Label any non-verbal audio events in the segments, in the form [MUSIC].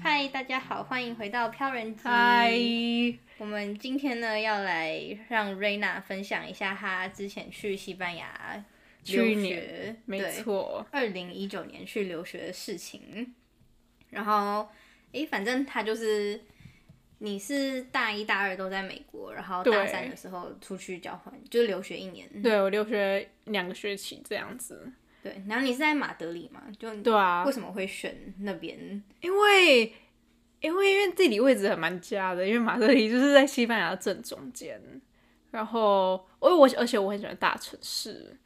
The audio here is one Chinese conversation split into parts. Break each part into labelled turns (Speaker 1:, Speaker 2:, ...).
Speaker 1: 嗨，大家好，欢迎回到飘人机。
Speaker 2: 嗨，
Speaker 1: 我们今天呢要来让瑞娜分享一下她之前去西班牙留
Speaker 2: 去
Speaker 1: 学
Speaker 2: 年，没错，
Speaker 1: 二零一九年去留学的事情。然后，诶，反正她就是你是大一大二都在美国，然后大
Speaker 2: 对
Speaker 1: 三的时候出去交换，就是留学一年。
Speaker 2: 对我留学两个学期这样子。
Speaker 1: 对，然后你是在马德里嘛？就
Speaker 2: 对啊
Speaker 1: 为，什么会选那边？
Speaker 2: 因为因为因为地理位置很蛮佳的，因为马德里就是在西班牙正中间。然后我我而且我很喜欢大城市。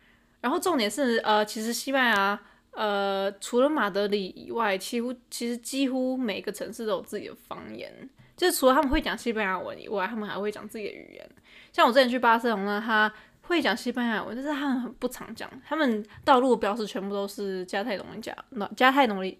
Speaker 2: 然后重点是呃，其实西班牙呃除了马德里以外，几乎其实几乎每个城市都有自己的方言。就是除了他们会讲西班牙文以外，他们还会讲自己的语言。像我之前去巴塞隆那，他会讲西班牙文，但是他们很不常讲。他们道路标识全部都是加泰隆尼亚、加泰隆尼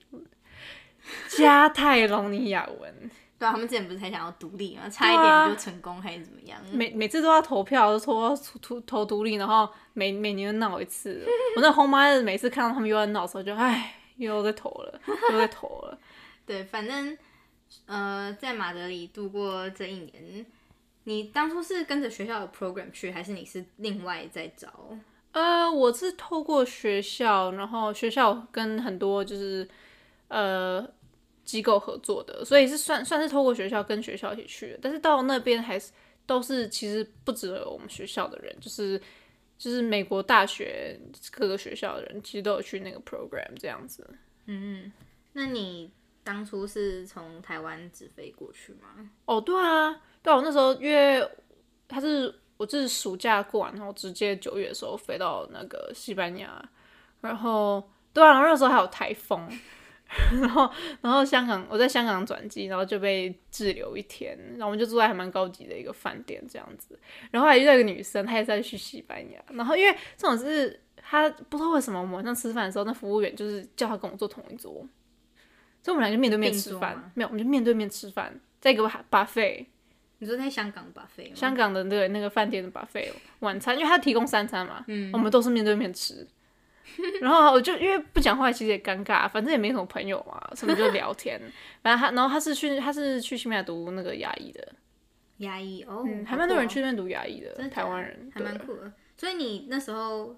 Speaker 2: 加泰隆尼亚文，
Speaker 1: 对啊，他们之前不是才想要独立嘛，差
Speaker 2: 对
Speaker 1: 一
Speaker 2: 啊
Speaker 1: 点就成功还是怎么样？
Speaker 2: 每每次都要投票，都投投投独立，然后每每年都闹一次。我那后妈每次看到他们又在闹的时候就，唉，又在投了，又在投了。
Speaker 1: 对，反正呃，在马德里度过这一年，你当初是跟着学校的 program 去，还是你是另外在找？
Speaker 2: 呃，我是透过学校，然后学校跟很多就是呃机构合作的，所以是算算是透过学校跟学校一起去的。但是到那边还是都是其实不只有我们学校的人，就是就是美国大学各个学校的人，其实都有去那个 program 这样子。
Speaker 1: 那你当初是从台湾直飞过去吗？
Speaker 2: 哦，对啊，对啊我那时候因为他是我是暑假过完，然后直接九月的时候飞到那个西班牙，然后对啊，然后那时候还有台风， [LAUGHS] 然后然后香港我在香港转机，然后就被滞留一天，然后我们就住在还蛮高级的一个饭店这样子，然后还遇到一个女生，她也是在去西班牙，然后因为这种是她不知道为什么我们晚上吃饭的时候，那服务员就是叫她跟我坐同一桌。所以我们俩就面对面
Speaker 1: 并
Speaker 2: 吃
Speaker 1: 桌吗
Speaker 2: 饭，没有，我们就面对面吃饭，在一个 buffet，
Speaker 1: 你说在香港吧飞吗？
Speaker 2: 香港的对那个饭店的 buffet 晚餐，因为他提供三餐嘛，
Speaker 1: 嗯
Speaker 2: 我们都是面对面吃。然后我就因为不讲话，其实也尴尬，反正也没什么朋友嘛，什么就聊天。 [LAUGHS] 反正他，然后他是去他是去西班牙读那个牙医的，
Speaker 1: 牙医哦，
Speaker 2: 嗯，
Speaker 1: 好
Speaker 2: 还蛮
Speaker 1: 酷
Speaker 2: 多人
Speaker 1: 哦
Speaker 2: 去，那边读牙医的，
Speaker 1: 真的假
Speaker 2: 台
Speaker 1: 的
Speaker 2: 湾人，
Speaker 1: 还蛮
Speaker 2: 对
Speaker 1: 酷的。所以你那时候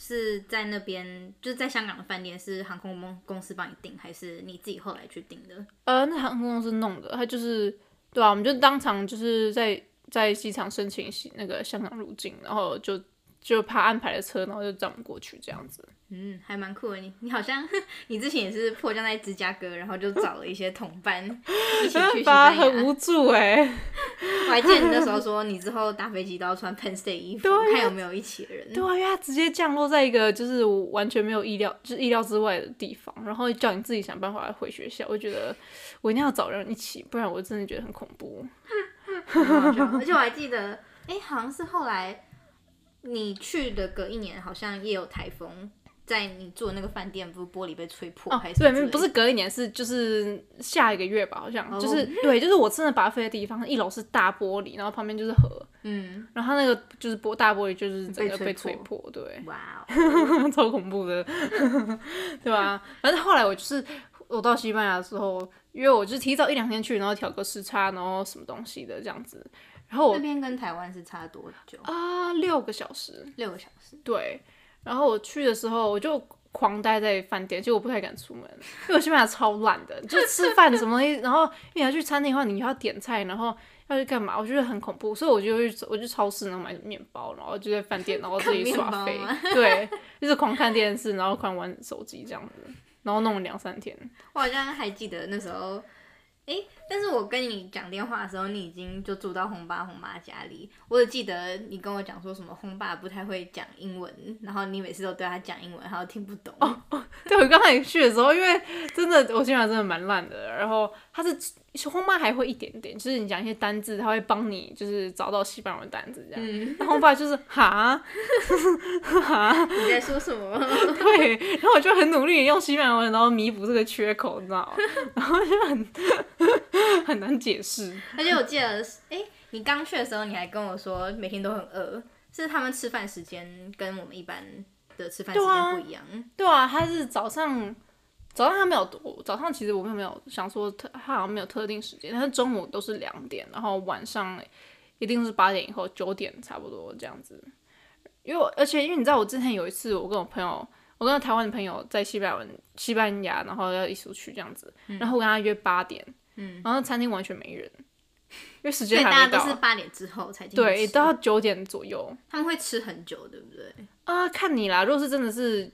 Speaker 1: 是在那边，就是在香港的饭店，是航空公公司帮你订，还是你自己后来去订的？
Speaker 2: 呃，那航空公司弄的，他就是对啊，我们就当场就是在在机场申请西那个香港入境，然后就就怕安排的车，然后就载我们过去这样子。
Speaker 1: 嗯，还蛮酷的。你你好像 [LAUGHS] 你之前也是迫降在芝加哥，然后就找了一些同伴一起去西
Speaker 2: [LAUGHS] 爸
Speaker 1: 班牙。
Speaker 2: 很无助哎、
Speaker 1: 我还记得你那时候说，你之后搭飞机都要穿 Penn State 衣服，
Speaker 2: 对啊
Speaker 1: 看有没有一起的人。
Speaker 2: 对啊，因为它直接降落在一个就是我完全没有意料，就是意料之外的地方，然后叫你自己想办法回学校。我觉得我一定要找人一起，不然我真的觉得很恐怖。
Speaker 1: 很好笑而且我还记得，哎、好像是后来你去的隔一年，好像也有台风，在你住的那个饭店，不是玻璃被吹破、哦还是什么
Speaker 2: 哦
Speaker 1: 之类
Speaker 2: 对，没
Speaker 1: 的
Speaker 2: 有不是隔一年，是就是下一个月吧，好像、
Speaker 1: 哦
Speaker 2: 就是对，就是我真的拔飞的地方，一楼是大玻璃，然后旁边就是河，
Speaker 1: 嗯，
Speaker 2: 然后它那个就是玻大玻璃就是整
Speaker 1: 被
Speaker 2: 个
Speaker 1: 吹
Speaker 2: 被吹
Speaker 1: 破
Speaker 2: 破，对。
Speaker 1: 哇
Speaker 2: [LAUGHS]
Speaker 1: 哦，
Speaker 2: 超恐怖的， [LAUGHS] 对吧、反正后来我就是我到西班牙的时候，因为我就提早一两天去，然后调个时差，然后什么东西的这样子，然后我
Speaker 1: 那边跟台湾是差多久？
Speaker 2: 啊六个小时，
Speaker 1: 六个小时。
Speaker 2: 对，然后我去的时候我就狂待在饭店，其实我不太敢出门，因为我西班牙超懒的，就吃饭什么东西， [LAUGHS] 然后你要去餐厅的话，你要点菜，然后要去干嘛，我觉得很恐怖，所以我就会去我去超市然后买面包，然后就在饭店，然后自己耍
Speaker 1: 看面
Speaker 2: 飞
Speaker 1: 包吗，
Speaker 2: 对，就是狂看电视，然后狂玩手机这样子，然后弄了两三天，
Speaker 1: 我好像还记得那时候，哎、但是我跟你讲电话的时候，你已经就住到红爸红妈家里。我只记得你跟我讲说什么红爸不太会讲英文，然后你每次都对他讲英文，他都听不懂。 [LAUGHS] 哦，
Speaker 2: [LAUGHS] 对，我刚才去的时候，因为真的我西班牙真的蛮烂的，然后他是轰妈还会一点点，就是你讲一些单字，他会帮你就是找到西班牙文单字这样。那轰爸就是哈， [LAUGHS]
Speaker 1: 你在说什么？
Speaker 2: 对，然后我就很努力地用西班牙文，然后弥补这个缺口，你知道吗？ [LAUGHS] 然后就很 [LAUGHS] 很难解释。
Speaker 1: 而且我记得，哎、你刚去的时候，你还跟我说每天都很饿，是他们吃饭时间跟我们一般的吃饭时
Speaker 2: 对啊
Speaker 1: 间不一样。
Speaker 2: 对啊，他是早上早上他没有读，早上其实我们没有想说特，他好像没有特定时间，但是中午都是两点，然后晚上一定是八点以后九点差不多这样子。因为我而且因为你知道，我之前有一次我跟我朋友，我跟台湾的朋友在西班牙玩西班牙，然后要一起出去这样子，
Speaker 1: 嗯
Speaker 2: 然后我跟他约八点，嗯，然后餐厅完全没人，因为时
Speaker 1: 所以
Speaker 2: 间还
Speaker 1: 大家
Speaker 2: 没到
Speaker 1: 都，是八点之后才进去
Speaker 2: 对，
Speaker 1: 吃
Speaker 2: 都要九点左右，
Speaker 1: 他们会吃很久，对不对？
Speaker 2: 啊、看你啦。如果是真的是，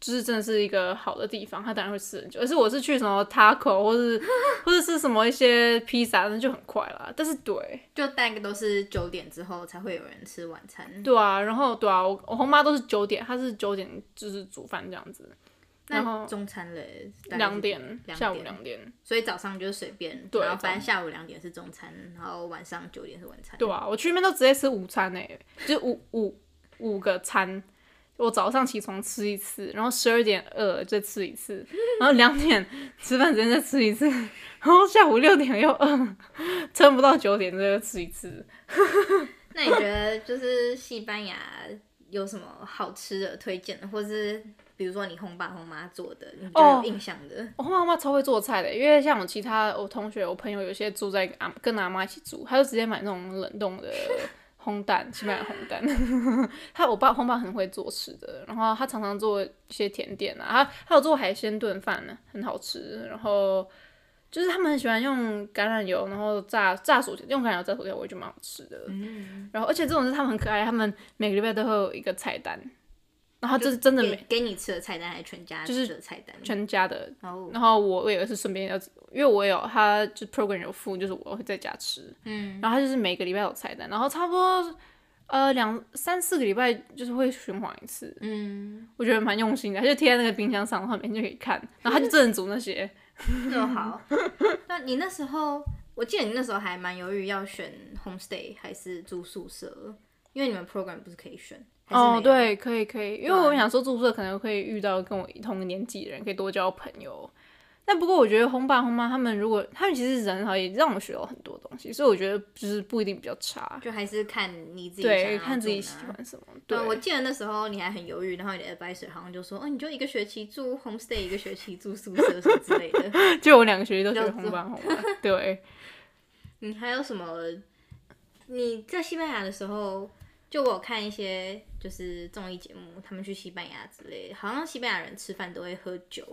Speaker 2: 就是真的是一个好的地方，他当然会吃很久。而是我是去什么 taco 或是或者是什么一些披萨，那就很快啦。但是对
Speaker 1: 就大概都是九点之后才会有人吃晚餐。
Speaker 2: 对啊，然后对啊，我我红妈都是九点，她是九点就是煮饭这样子，然后
Speaker 1: 那中餐嘞，大概是
Speaker 2: 两点
Speaker 1: 两
Speaker 2: 下午
Speaker 1: 点
Speaker 2: 两点，
Speaker 1: 所以早上就随便，
Speaker 2: 对
Speaker 1: 然后反正下午两点是中餐，然后晚上九点是晚餐。
Speaker 2: 对啊，我去那边都直接吃午餐呢、就是五五五个餐。我早上起床吃一次，然后十二点饿了再吃一次，然后两点吃饭时间再吃一次，然后下午六点又饿，撑不到九点再又吃一次。
Speaker 1: 那你觉得就是西班牙有什么好吃的推荐的，或是比如说你红爸红妈做的，你比较
Speaker 2: 哦
Speaker 1: 有印象的？
Speaker 2: 我妈妈超会做菜的，因为像我其他我同学、我朋友有些住在阿跟阿妈一起住，她就直接买那种冷冻的烘蛋，西班牙烘蛋。 [LAUGHS] 她我爸烘爸很会做吃的，然后她常常做一些甜点啊，她她有做海鲜炖饭呢，很好吃。然后就是他们很喜欢用橄榄油，然后炸炸薯条，用橄榄油炸薯条，我觉得蛮好吃的。然后而且这种是他们很可爱，他们每个礼拜都会有一个菜单，然后这是真的
Speaker 1: 给
Speaker 2: 每
Speaker 1: 给你吃的菜单还是全家
Speaker 2: 就是
Speaker 1: 吃的菜单？
Speaker 2: 全家的
Speaker 1: 然后
Speaker 2: 然后我我也是顺便要，因为我有他就 program 有附，就是我会在家吃，嗯，然后他就是每个礼拜有菜单，然后差不多呃两三四个礼拜就是会循环一次，
Speaker 1: 嗯，
Speaker 2: 我觉得蛮用心的，他就贴在那个冰箱上，然后每天就可以看，然后他就真的煮那些，
Speaker 1: 那么哦好。那你那时候，我记得你那时候还蛮犹豫要选 homestay 还是住宿舍，因为你们 program 不是可以选？ [LAUGHS] 还是没
Speaker 2: 哦
Speaker 1: 有，，啊
Speaker 2: 对，可以可以，因为我想说住宿舍可能会遇到跟我同个年纪的人，可以多交朋友。但不过我觉得烘爸烘妈他们如果他们其实人好，也让我学到很多东西，所以我觉得就是不一定比较差，
Speaker 1: 就还是看你自己想
Speaker 2: 对，
Speaker 1: 要
Speaker 2: 看自己
Speaker 1: 住
Speaker 2: 喜
Speaker 1: 哪
Speaker 2: 欢什么。
Speaker 1: 对，啊我记得那时候你还很犹豫，然后你的 advisor 好像就说，哦，你就一个学期住 homestay，一个学期住宿舍什么之类的。 [LAUGHS]
Speaker 2: [LAUGHS] 就我两个学期都学
Speaker 1: 要
Speaker 2: 红
Speaker 1: 做
Speaker 2: 班红班，对，
Speaker 1: 你还有什么？你在西班牙的时候，就我有看一些就是综艺节目，他们去西班牙之类的，好像西班牙人吃饭都会喝酒。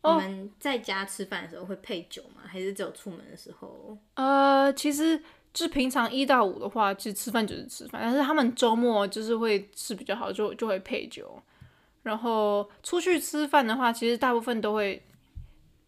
Speaker 2: 哦
Speaker 1: 你们在家吃饭的时候会配酒吗？还是只有出门的时候？
Speaker 2: 呃，其实就是平常一到五的话，其实吃饭就是吃饭，但是他们周末就是会吃比较好，就就会配酒。然后出去吃饭的话，其实大部分都会，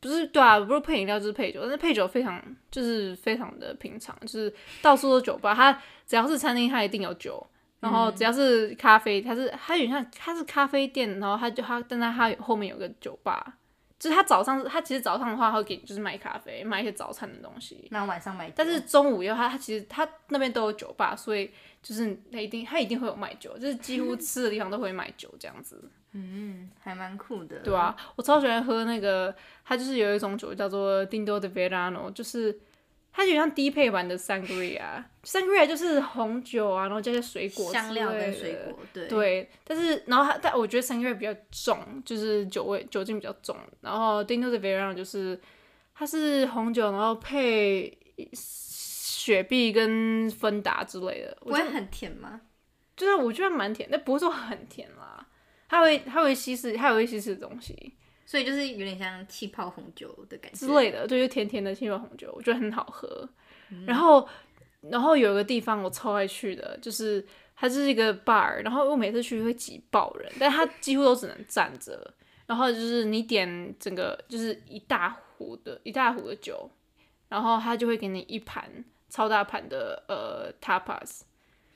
Speaker 2: 不是对啊，不是配饮料就是配酒，但是配酒非常就是非常的平常，就是到处都酒吧，它只要是餐厅，它一定有酒。然后只要是咖啡，它是它有点像它是咖啡店，然后它就它，但它它有后面有个酒吧，就是它早上它其实早上的话，它会给就是卖咖啡，卖一些早餐的东西。
Speaker 1: 那晚上买酒，
Speaker 2: 但是中午以后，他他其实他那边都有酒吧，所以就是他一定他一定会有卖酒，就是几乎吃的地方都会卖酒这样子，
Speaker 1: 嗯，还蛮酷的。
Speaker 2: 对啊，我超喜欢喝那个，它就是有一种酒叫做 Dindo de Verano，就是它有点像低配版的 Sangria，Sangria 就是红酒啊，然后加些水果、
Speaker 1: 香料跟水。果，对，
Speaker 2: 对，但是然后它，但我觉得 Sangria 比较重，就是酒味酒精比较重。然后 Dindo de Verano 就是它是红酒，然后配雪碧跟芬达之类的，
Speaker 1: 不会很甜吗？
Speaker 2: 就是我觉得蛮甜，但不会说很甜啦。它会它会稀释，它有会稀释的东西
Speaker 1: 所以就是有点像气泡红酒的感觉
Speaker 2: 之类的，对，就甜甜的青岛红酒，我觉得很好喝。然后然后有一个地方我超爱去的，就是它是一个 bar，然后我每次去会挤爆人，但它几乎都只能站着。然后就是你点整个就是一大壶的一大壶的酒，然后它就会给你一盘超大盘的呃 tapas，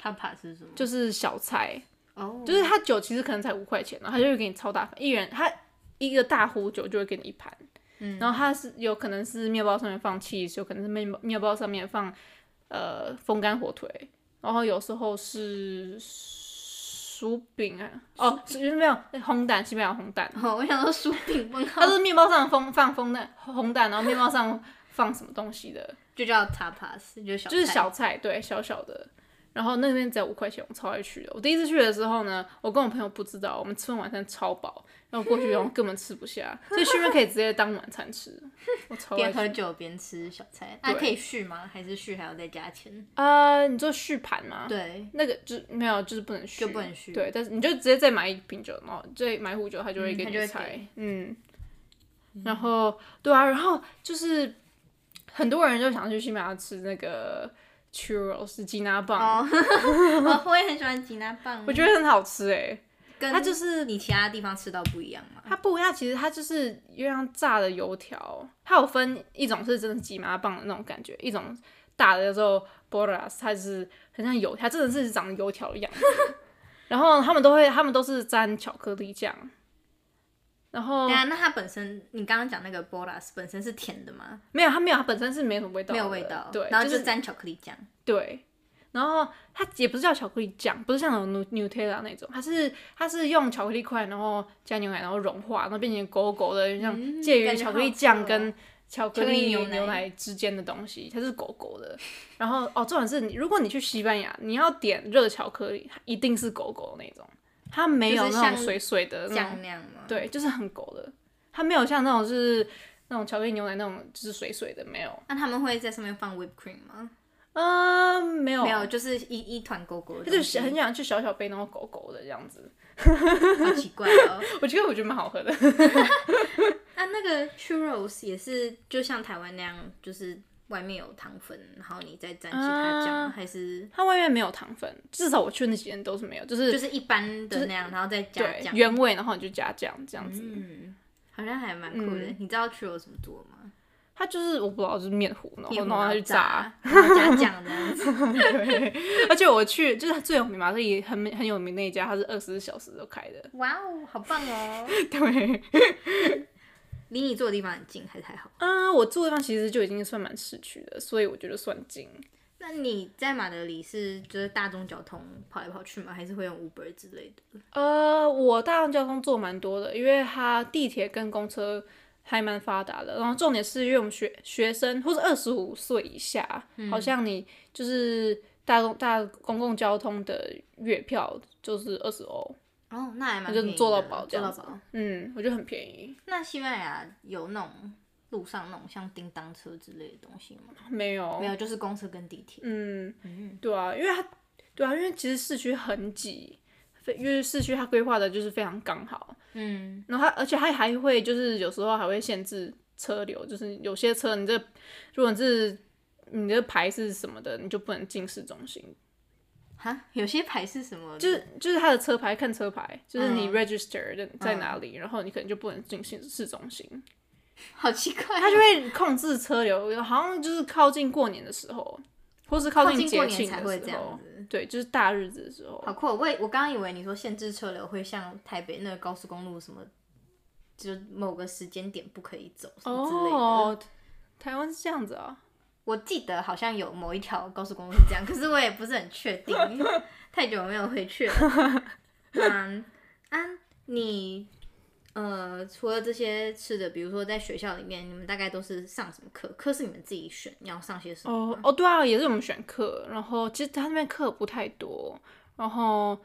Speaker 1: ，tapa 是什么？
Speaker 2: 就是小菜，
Speaker 1: 哦， [LAUGHS]
Speaker 2: 就是它酒其实可能才五块钱，然后它就会给你超大盘，一人它一个大壶酒就会给你一盘，嗯，然后它是有可能是面包上面放 cheese，有可能是面包面包上面放呃风干火腿，然后有时候是薯饼啊，哦，是没有烘蛋，西班牙烘蛋，
Speaker 1: 哦，我想说薯饼问号
Speaker 2: 它
Speaker 1: [LAUGHS]
Speaker 2: 是面包上风放风蛋烘蛋，然后面包上放什么东西的，
Speaker 1: 就叫 tapas，就是小
Speaker 2: 就是
Speaker 1: 菜
Speaker 2: 小菜，对，小小的。然后那边只要五块钱，我超爱去的。我第一次去的时候呢，我跟我朋友不知道，我们吃完晚餐超饱，然后过去然后根本吃不下，
Speaker 1: [LAUGHS]
Speaker 2: 所以去那边可以直接当晚餐吃。我超爱
Speaker 1: 边
Speaker 2: 去
Speaker 1: 喝酒边吃小菜，那、
Speaker 2: 对
Speaker 1: 可以续吗？还是续还要再加
Speaker 2: [LAUGHS]
Speaker 1: 钱？
Speaker 2: 呃，你做续盘吗？
Speaker 1: 对，
Speaker 2: 那个就没有，就是不能续，
Speaker 1: 就不能续
Speaker 2: 对，但是你就直接再买一瓶酒，然后再买壶酒，他就会
Speaker 1: 嗯
Speaker 2: 给
Speaker 1: 它
Speaker 2: 你
Speaker 1: 就会
Speaker 2: 猜
Speaker 1: 给。
Speaker 2: 嗯，然后对啊，然后就是很多人就想去西班牙吃那个 churros 吉拿棒，
Speaker 1: 哦， [LAUGHS] 我也很喜欢吉拿棒，
Speaker 2: 我觉得很好吃哎。
Speaker 1: 跟
Speaker 2: 它就是
Speaker 1: 你其他地方吃到不一样嘛。
Speaker 2: 它不一样，其实它就是有点像炸的油条，它有分一种是真的吉麻棒的那种感觉，一种大的叫做 boras，它就是很像油，它真的是长得油条的样子。 [LAUGHS] 然后他们都会，他们都是沾巧克力酱，然后
Speaker 1: 对啊，那它本身你刚刚讲那个 bolas 本身是甜的吗？
Speaker 2: 没有，它没有，它本身是没有什么味道的，
Speaker 1: 没有味道，
Speaker 2: 对，
Speaker 1: 然后
Speaker 2: 就是
Speaker 1: 就沾巧克力酱，
Speaker 2: 对，然后它也不是叫巧克力酱，不是像那种 Nu- Nutella 那种，它是它是用巧克力块，然后加牛奶，然后融化，然后变成狗狗的，像
Speaker 1: 嗯
Speaker 2: 介于
Speaker 1: 感觉
Speaker 2: 巧
Speaker 1: 好
Speaker 2: 克力
Speaker 1: 好吃
Speaker 2: 酱
Speaker 1: 哦
Speaker 2: 跟巧克
Speaker 1: 克力
Speaker 2: 力牛
Speaker 1: 牛
Speaker 2: 牛
Speaker 1: 奶
Speaker 2: 奶之间的东西，它是狗狗的。然后哦，重点是你，如果你去西班牙，你要点热巧克力，它一定是狗狗那种，它
Speaker 1: 就
Speaker 2: 没有
Speaker 1: 是
Speaker 2: 那种
Speaker 1: 像
Speaker 2: 水水的那种
Speaker 1: 酱那样吗？
Speaker 2: 对，就是很狗的，它没有像那种就是那种巧克力牛奶那种就是水水的，没有，
Speaker 1: 那啊他们会在上面放 whipped cream 吗？
Speaker 2: 嗯、没有，
Speaker 1: 没有，就是一一团狗狗的
Speaker 2: 他就
Speaker 1: 东
Speaker 2: 是
Speaker 1: 西，
Speaker 2: 很想去小小杯，然后狗狗的这样子。
Speaker 1: 好奇怪哦。
Speaker 2: 我觉得我觉得蛮好喝的。 [LAUGHS]
Speaker 1: 那啊那个 churros 也是就像台湾那样，就是外面有糖粉，然后你再沾其他酱，
Speaker 2: 啊
Speaker 1: 还是
Speaker 2: 它外面没有糖分，至少我去那几天都是没有，就是
Speaker 1: 就是一般的那样，然后再加
Speaker 2: 对
Speaker 1: 酱。
Speaker 2: 原味，然后你就加酱这样子。
Speaker 1: 嗯，好像还蛮酷的。
Speaker 2: 嗯
Speaker 1: 你知道 churros 怎么做吗？
Speaker 2: 它就是我不知道，就是面糊，然后
Speaker 1: 面
Speaker 2: 然
Speaker 1: 糊然后
Speaker 2: 后它哦去炸。，
Speaker 1: 然后加酱这样子。
Speaker 2: 对， [LAUGHS] 而且我去就是它最有名嘛，这里很很有名那一家，它是二十四小时都开的。
Speaker 1: 哇哦，好棒哦！
Speaker 2: [LAUGHS] 对，
Speaker 1: 离你住的地方很近，还是还好。
Speaker 2: 嗯，我住的地方其实就已经算蛮市区的，所以我觉得算近。
Speaker 1: 那你在马德里是就是大众交通跑来跑去吗？还是会用 Uber 之类的？
Speaker 2: 呃，我大众交通做蛮多的，因为它地铁跟公车还蛮发达的。然后重点是因为我们学学生或是二十五岁以下，
Speaker 1: 嗯
Speaker 2: 好像你就是大众大公共交通的月票就是二十欧，
Speaker 1: 哦，那还蛮
Speaker 2: 那就
Speaker 1: 便宜
Speaker 2: 做到
Speaker 1: 的
Speaker 2: 饱这
Speaker 1: 做
Speaker 2: 样
Speaker 1: 到
Speaker 2: 子
Speaker 1: 饱。。
Speaker 2: 嗯，我觉得很便宜。
Speaker 1: 那西班牙有那种路上那种像叮当车之类的东西吗？
Speaker 2: 没有
Speaker 1: 没，有，就是公车跟地铁。
Speaker 2: 嗯，
Speaker 1: 嗯，
Speaker 2: 对啊，因为它对啊，因为其实市区很挤，非因为市区它规划的就是非常刚好。
Speaker 1: 嗯，
Speaker 2: 然后它，而且它还会就是有时候还会限制车流，就是有些车你这如果你是你这牌是什么的，你就不能进市中心。
Speaker 1: 哈，有些牌是什么的？
Speaker 2: 就是就是它的车牌看车牌，就是你
Speaker 1: 嗯
Speaker 2: register 的在哪里，然后你可能就不能进市市中心，
Speaker 1: 好奇怪，
Speaker 2: 它就会控制车流，好像就是靠近过年的时候，或是靠
Speaker 1: 靠近过
Speaker 2: 节
Speaker 1: 年
Speaker 2: 庆
Speaker 1: 才
Speaker 2: 的
Speaker 1: 会
Speaker 2: 时
Speaker 1: 这样
Speaker 2: 候，
Speaker 1: 子。
Speaker 2: 对，就是大日子的时候。
Speaker 1: 好酷哦！我也我刚刚以为你说限制车流会像台北那个高速公路什么，就某个时间点不可以走什么之类的。
Speaker 2: 哦，台湾是这样子啊。
Speaker 1: 我记得好像有某一条高速公路是这样，可是我也不是很确
Speaker 2: [LAUGHS]
Speaker 1: 定，因为太久没有回去了。嗯，啊，你呃，除了这些吃的，比如说在学校里面，你们大概都是上什么课？课是你们自己选要上些什么？
Speaker 2: 哦哦，对啊，也是我们选课，然后其实他那边课不太多，然后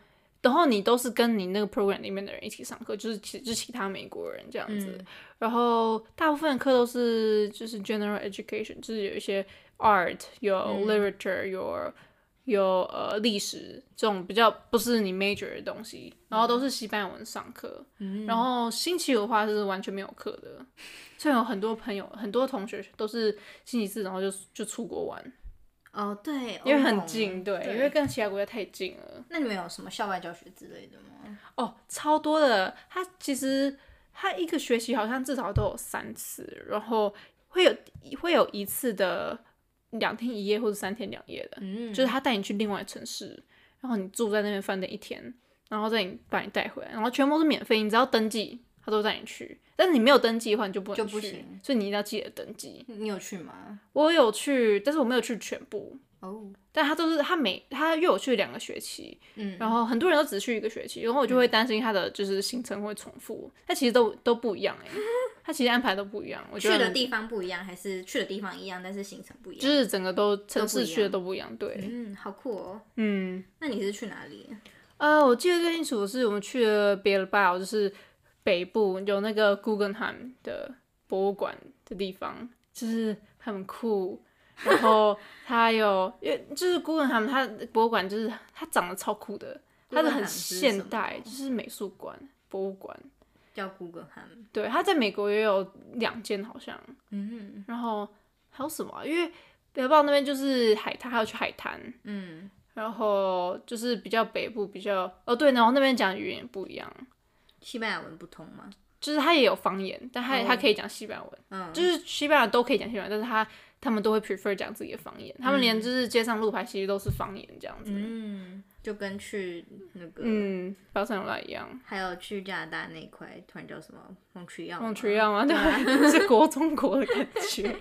Speaker 2: 然后你都是跟你那个 program 里面的人一起上课，就是其就是其他美国人这样子，
Speaker 1: 嗯
Speaker 2: 然后大部分的课都是就是 general education，就是有一些 art，有
Speaker 1: 嗯
Speaker 2: literature，、有有呃历史这种比较不是你 major 的东西，然后都是西班牙文上课，
Speaker 1: 嗯
Speaker 2: 然后星期五的话是完全没有课的，所以有很多朋友很多同学都是星期四然后就就出国玩。
Speaker 1: 哦，对，
Speaker 2: 因为
Speaker 1: 欧
Speaker 2: 很
Speaker 1: 盟
Speaker 2: 近，欸对，因为跟其他国家太近了。
Speaker 1: 那你们有什么校外教学之类的吗？
Speaker 2: 哦，超多的，它其实它一个学期好像至少都有三次，然后会有会有一次的两天一夜或者三天两夜的，
Speaker 1: 嗯，
Speaker 2: 就是他带你去另外城市，然后你住在那边饭店一天，然后再你把你带回来，然后全部都是免费，你只要登记，他都带你去。但是你没有登记的话，你就不能
Speaker 1: 就
Speaker 2: 去，
Speaker 1: 不行
Speaker 2: 所以你一定要记得登记。
Speaker 1: 你有去吗？
Speaker 2: 我有去，但是我没有去全部，
Speaker 1: 哦，
Speaker 2: 但他都是他每他约我去两个学期，
Speaker 1: 嗯，
Speaker 2: 然后很多人都只去一个学期，然后我就会担心他的就是行程会重复，但其实都都不一样哎、它其实安排都不一样。我觉
Speaker 1: 去
Speaker 2: 得
Speaker 1: 的地方不一样，还是去的地方一样，但是行程不一
Speaker 2: 就
Speaker 1: 样？
Speaker 2: 是整个都城
Speaker 1: 都
Speaker 2: 市
Speaker 1: 不一样
Speaker 2: 去的都不一样。对，
Speaker 1: 嗯，好酷哦。
Speaker 2: 嗯，
Speaker 1: 那你是去哪里？
Speaker 2: 呃，我记得最清楚的是我们去了别尔巴，就是北部有那个 Guggenheim 的博物馆的地方，就是很酷。然后它有，因为就是 Guggenheim 它的博物馆就是它长得超酷的，它的
Speaker 1: Guggenheim
Speaker 2: 很
Speaker 1: 是什么
Speaker 2: 现代，就是美术馆、博物馆。
Speaker 1: 叫 Google 他们。
Speaker 2: 对，它在美国也有两间好像。
Speaker 1: 嗯
Speaker 2: 然后还有什么啊、因为北尔巴那边就是海滩，还有去海滩。
Speaker 1: 嗯，
Speaker 2: 然后就是比较北部，比较哦对，然后那边讲语言也不一样，
Speaker 1: 西班牙文不通吗？
Speaker 2: 就是他也有方言，但他、
Speaker 1: 哦
Speaker 2: 他可以讲西班牙文，
Speaker 1: 嗯，
Speaker 2: 就是西班牙都可以讲西班牙，但是他他们都会 prefer 讲自己的方言，他们连就是街上路牌其实都是方言这样子，
Speaker 1: 嗯，就跟去那个，
Speaker 2: 嗯，巴塞罗那一样，
Speaker 1: 还有去加拿大那一块，突然叫什么蒙区要
Speaker 2: 忘去一样吗？啊
Speaker 1: 啊
Speaker 2: 对， [LAUGHS] 是国中国的感觉。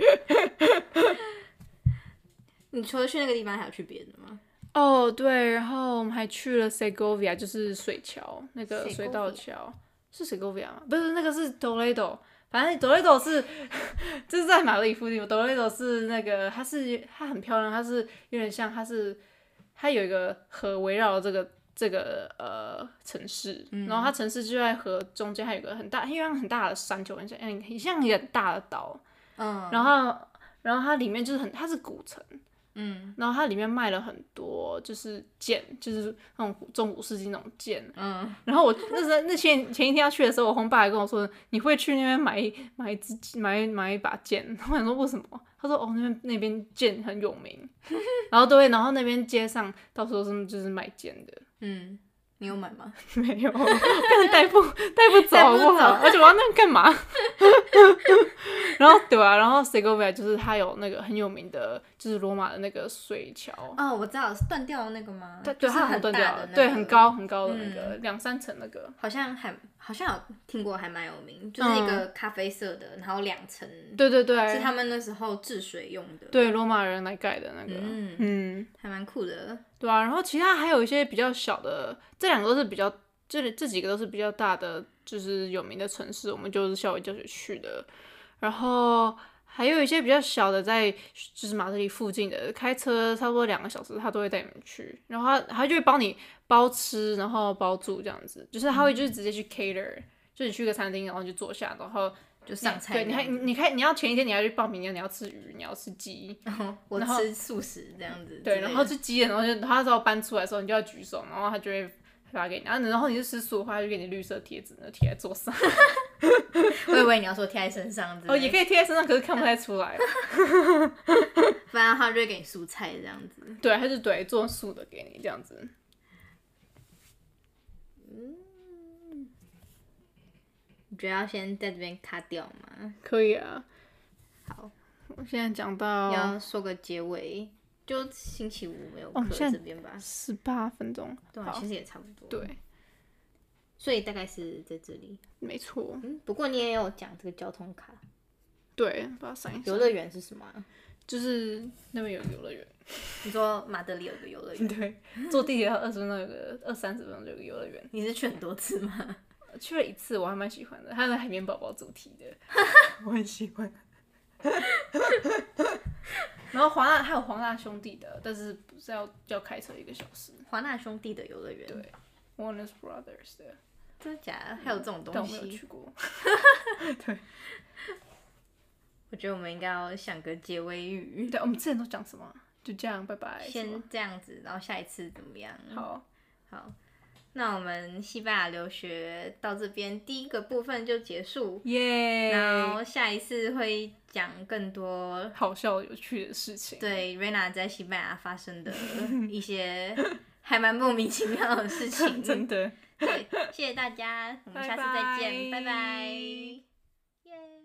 Speaker 1: 你除了去那个地方，还有去别的吗？
Speaker 2: 哦对，然后我们还去了 Segovia，就是水桥那个
Speaker 1: Segovia
Speaker 2: 水道桥，是 Segovia 吗？不是，那个是 Toledo。反正 Toledo 是，这是在马德里附近。Toledo 是那个，它是它很漂亮，它是有点像，它是它有一个河围绕这个这个呃城市，然后它城市就在河中间，还有一个很大，因为它很大的山丘，很像嗯很像一个很大的岛，
Speaker 1: 嗯
Speaker 2: 然后，然后它里面就是很，它是古城，
Speaker 1: 嗯
Speaker 2: 然后它里面卖了很多就是剑，就是那种古中古世纪那种剑。
Speaker 1: 嗯，
Speaker 2: 然后我那时候那前前一天要去的时候，我红爸还跟我说，你会去那边买一买一支买买一把剑。 [LAUGHS] 我想说为什么？他说哦，那边那边剑很有名， [LAUGHS] 然后对，然后那边街上到处都是就是卖剑的。 [LAUGHS]
Speaker 1: 嗯，你有买吗？
Speaker 2: 没有，不能带不带不走好不
Speaker 1: 带
Speaker 2: 好？
Speaker 1: 不
Speaker 2: 而且我要那干嘛？ [LAUGHS] 然后对啊，然后 Segovia 就是它有那个很有名的，就是罗马的那个水桥，
Speaker 1: 哦，我知道，是断掉的那个吗？
Speaker 2: 嗯对
Speaker 1: 就
Speaker 2: 对，
Speaker 1: 是
Speaker 2: 它
Speaker 1: 很
Speaker 2: 断
Speaker 1: 大
Speaker 2: 掉
Speaker 1: 的
Speaker 2: 了，
Speaker 1: 那个
Speaker 2: 对，很，高很高的那个两三层那个，
Speaker 1: 好像还好像有听过，还蛮有名，就是一个咖啡色的，然后两层，
Speaker 2: 对对
Speaker 1: 是
Speaker 2: 嗯对，
Speaker 1: 他们那时候治水用的，，
Speaker 2: 对罗马人来盖的那个，
Speaker 1: 嗯
Speaker 2: 嗯，
Speaker 1: 还蛮酷的。
Speaker 2: 对啊，然后其他还有一些比较小的，这两个都是比较，这里这几个都是比较大的，就是有名的城市，我们就是校园教学去的。然后还有一些比较小的在，就是马德里附近的，开车差不多两个小时，他都会带你们去。然后他他就会帮你包吃，然后包住这样子，就是他会就是直接去 cater，、就是你去个餐厅，然后你就坐下，然后
Speaker 1: 就上菜
Speaker 2: 对，你
Speaker 1: 那
Speaker 2: 还
Speaker 1: 样
Speaker 2: 你你看你要前一天你还去报名，你要你要吃鱼，你要吃
Speaker 1: [LAUGHS]
Speaker 2: 鸡，
Speaker 1: 然后我
Speaker 2: 然后
Speaker 1: 吃素食这样子之类的，
Speaker 2: 对，然后就鸡的，然后就他那时候搬出来的时候，你就要举手，然后他就会发给你。然后然后你是吃素的话，他就给你绿色贴纸，然后贴在桌上。
Speaker 1: 我以为你要说贴在身上之类的，
Speaker 2: 哦， [LAUGHS] 也可以贴在身上，可是看不太出来。 [LAUGHS]
Speaker 1: 反正他就会给你蔬菜这样子。
Speaker 2: 对，他就对做素的给你这样子。
Speaker 1: 你觉得要先在这边卡掉吗？
Speaker 2: 可以啊。
Speaker 1: 好，
Speaker 2: 我现在讲到
Speaker 1: 要说个结尾，就星期五没有
Speaker 2: 哦
Speaker 1: 课
Speaker 2: 现在
Speaker 1: 这边吧？
Speaker 2: 十八分钟，
Speaker 1: 对啊，其实也差不多。，
Speaker 2: 对，
Speaker 1: 所以大概是在这里。
Speaker 2: 没错，
Speaker 1: 嗯，不过你也有讲这个交通卡，
Speaker 2: 对，把它删一
Speaker 1: 游
Speaker 2: 下。
Speaker 1: 乐园是什么啊？
Speaker 2: 就是那边有游乐园，
Speaker 1: 你说马德里有个游乐园，
Speaker 2: [LAUGHS] 对，坐地铁要二十分钟有个二三十分钟就有个游乐园。
Speaker 1: 你是去很多次吗？
Speaker 2: 去了一次，我还蛮喜欢的，它的海绵宝宝主题
Speaker 1: [LAUGHS]
Speaker 2: 的，我很喜欢。 [LAUGHS] 然后黄大还有黄大兄弟的，但是不是要要开车一个小时
Speaker 1: 华纳兄弟的游乐园，对，
Speaker 2: ？Warner Brothers 的，
Speaker 1: 真的假的？还有这种
Speaker 2: 但
Speaker 1: 东
Speaker 2: 我没有
Speaker 1: 西？
Speaker 2: 去过。
Speaker 1: 我觉得我们应该要想个结尾语，
Speaker 2: 对，我们之前都讲什么？就这样，拜拜。是吗
Speaker 1: 先这样子，然后下一次怎么样？
Speaker 2: 好，
Speaker 1: 好，那我们西班牙留学到这边第一个部分就结束，嗯
Speaker 2: 耶、
Speaker 1: 然后下一次会讲更多
Speaker 2: 好笑有趣的事情。
Speaker 1: 对 Rena 在西班牙发
Speaker 2: [LAUGHS]
Speaker 1: 生的一些还蛮莫名其妙的事情。
Speaker 2: [LAUGHS] 真的。
Speaker 1: 对，谢谢大家，我们下次再见，
Speaker 2: 拜拜
Speaker 1: 拜拜。耶